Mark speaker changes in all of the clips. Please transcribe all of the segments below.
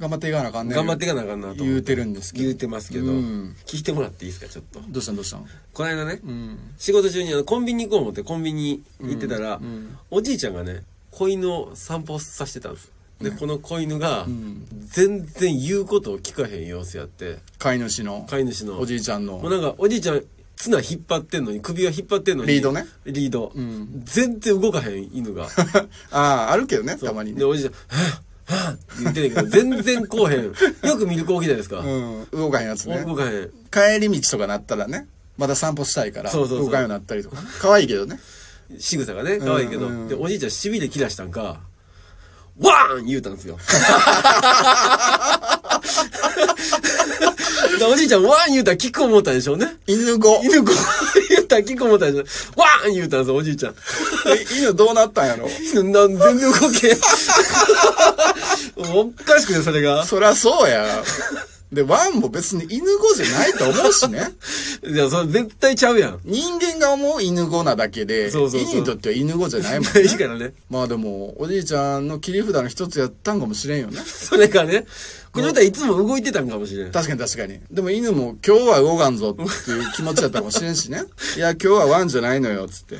Speaker 1: 頑張っていかなあかんね
Speaker 2: 頑張っていかなあかんなと思って
Speaker 1: 言うてるんですけど
Speaker 2: 言うてますけど、
Speaker 1: うん
Speaker 2: 聞いてもらっていいですかちょっと
Speaker 1: どうしたんどうしたん
Speaker 2: この間ね、
Speaker 1: うん
Speaker 2: 仕事中にあのコンビニ行こう思ってコンビニ行ってたら、おじいちゃんがね子犬を散歩させてたんですで、この子犬が、全然言うことを聞かへん様子やって、
Speaker 1: 飼い主の
Speaker 2: 飼い主の。
Speaker 1: おじいちゃんの
Speaker 2: もうなんか、おじいちゃん、綱引っ張ってんのに、首は引っ張ってんのに。
Speaker 1: リードね。
Speaker 2: リード。全然動かへん、犬が。
Speaker 1: あああるけどね たまに
Speaker 2: で、
Speaker 1: ね
Speaker 2: おじいちゃん、はぁ、はぁって言ってんねんけど、全然こうへん。よく見る光景じゃないですか。
Speaker 1: うん動かへんやつね
Speaker 2: 動かへん。
Speaker 1: 帰り道とかなったらねまた散歩したいから
Speaker 2: そうそうそう
Speaker 1: 動かんようになったりとか可愛いけどね
Speaker 2: 仕草がね、可愛いけど。
Speaker 1: うんうんうん
Speaker 2: で、おじいちゃん、しびれ切らしたんか、ワーン言うたんですよ。 でおじいちゃん、ワーン言うたら聞く思ったんでしょうね。
Speaker 1: 犬子
Speaker 2: 犬こう言うたら聞く思ったんでしょう。ワーン言うたんですよ、おじいちゃん。
Speaker 1: え犬どうなったんやろ
Speaker 2: なん全然動けんおかしくて、それが。
Speaker 1: そりゃそうやでワンも別に犬子じゃないと思うし ね
Speaker 2: いや、それ絶対ちゃうやん。
Speaker 1: 人間が思う犬子なだけで
Speaker 2: そうそうそう
Speaker 1: 犬にとっては犬子じゃ ないもん
Speaker 2: い
Speaker 1: ね
Speaker 2: いからね。
Speaker 1: まあでもおじいちゃんの切り札の一つやったんかもしれんよね
Speaker 2: それがね、この人はいつも動いてたんかもしれん。
Speaker 1: 確かに確かに。でも犬も今日は動かんぞっていう気持ちだったかもしれんし ね。いや、今日はワンじゃないのよ、つって。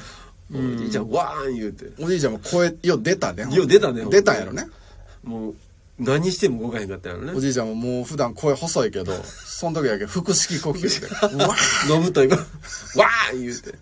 Speaker 2: おじいちゃん、わーん言うて。
Speaker 1: おじいちゃんも声、よう出たね。
Speaker 2: よう出たね
Speaker 1: 出たんやろね。
Speaker 2: もう、何しても動かへんかったやろ
Speaker 1: お
Speaker 2: ね。
Speaker 1: じいちゃんももう普段声細いけど、 その時だけ腹式呼吸で。うわ
Speaker 2: 飲むというか、わーん言うて。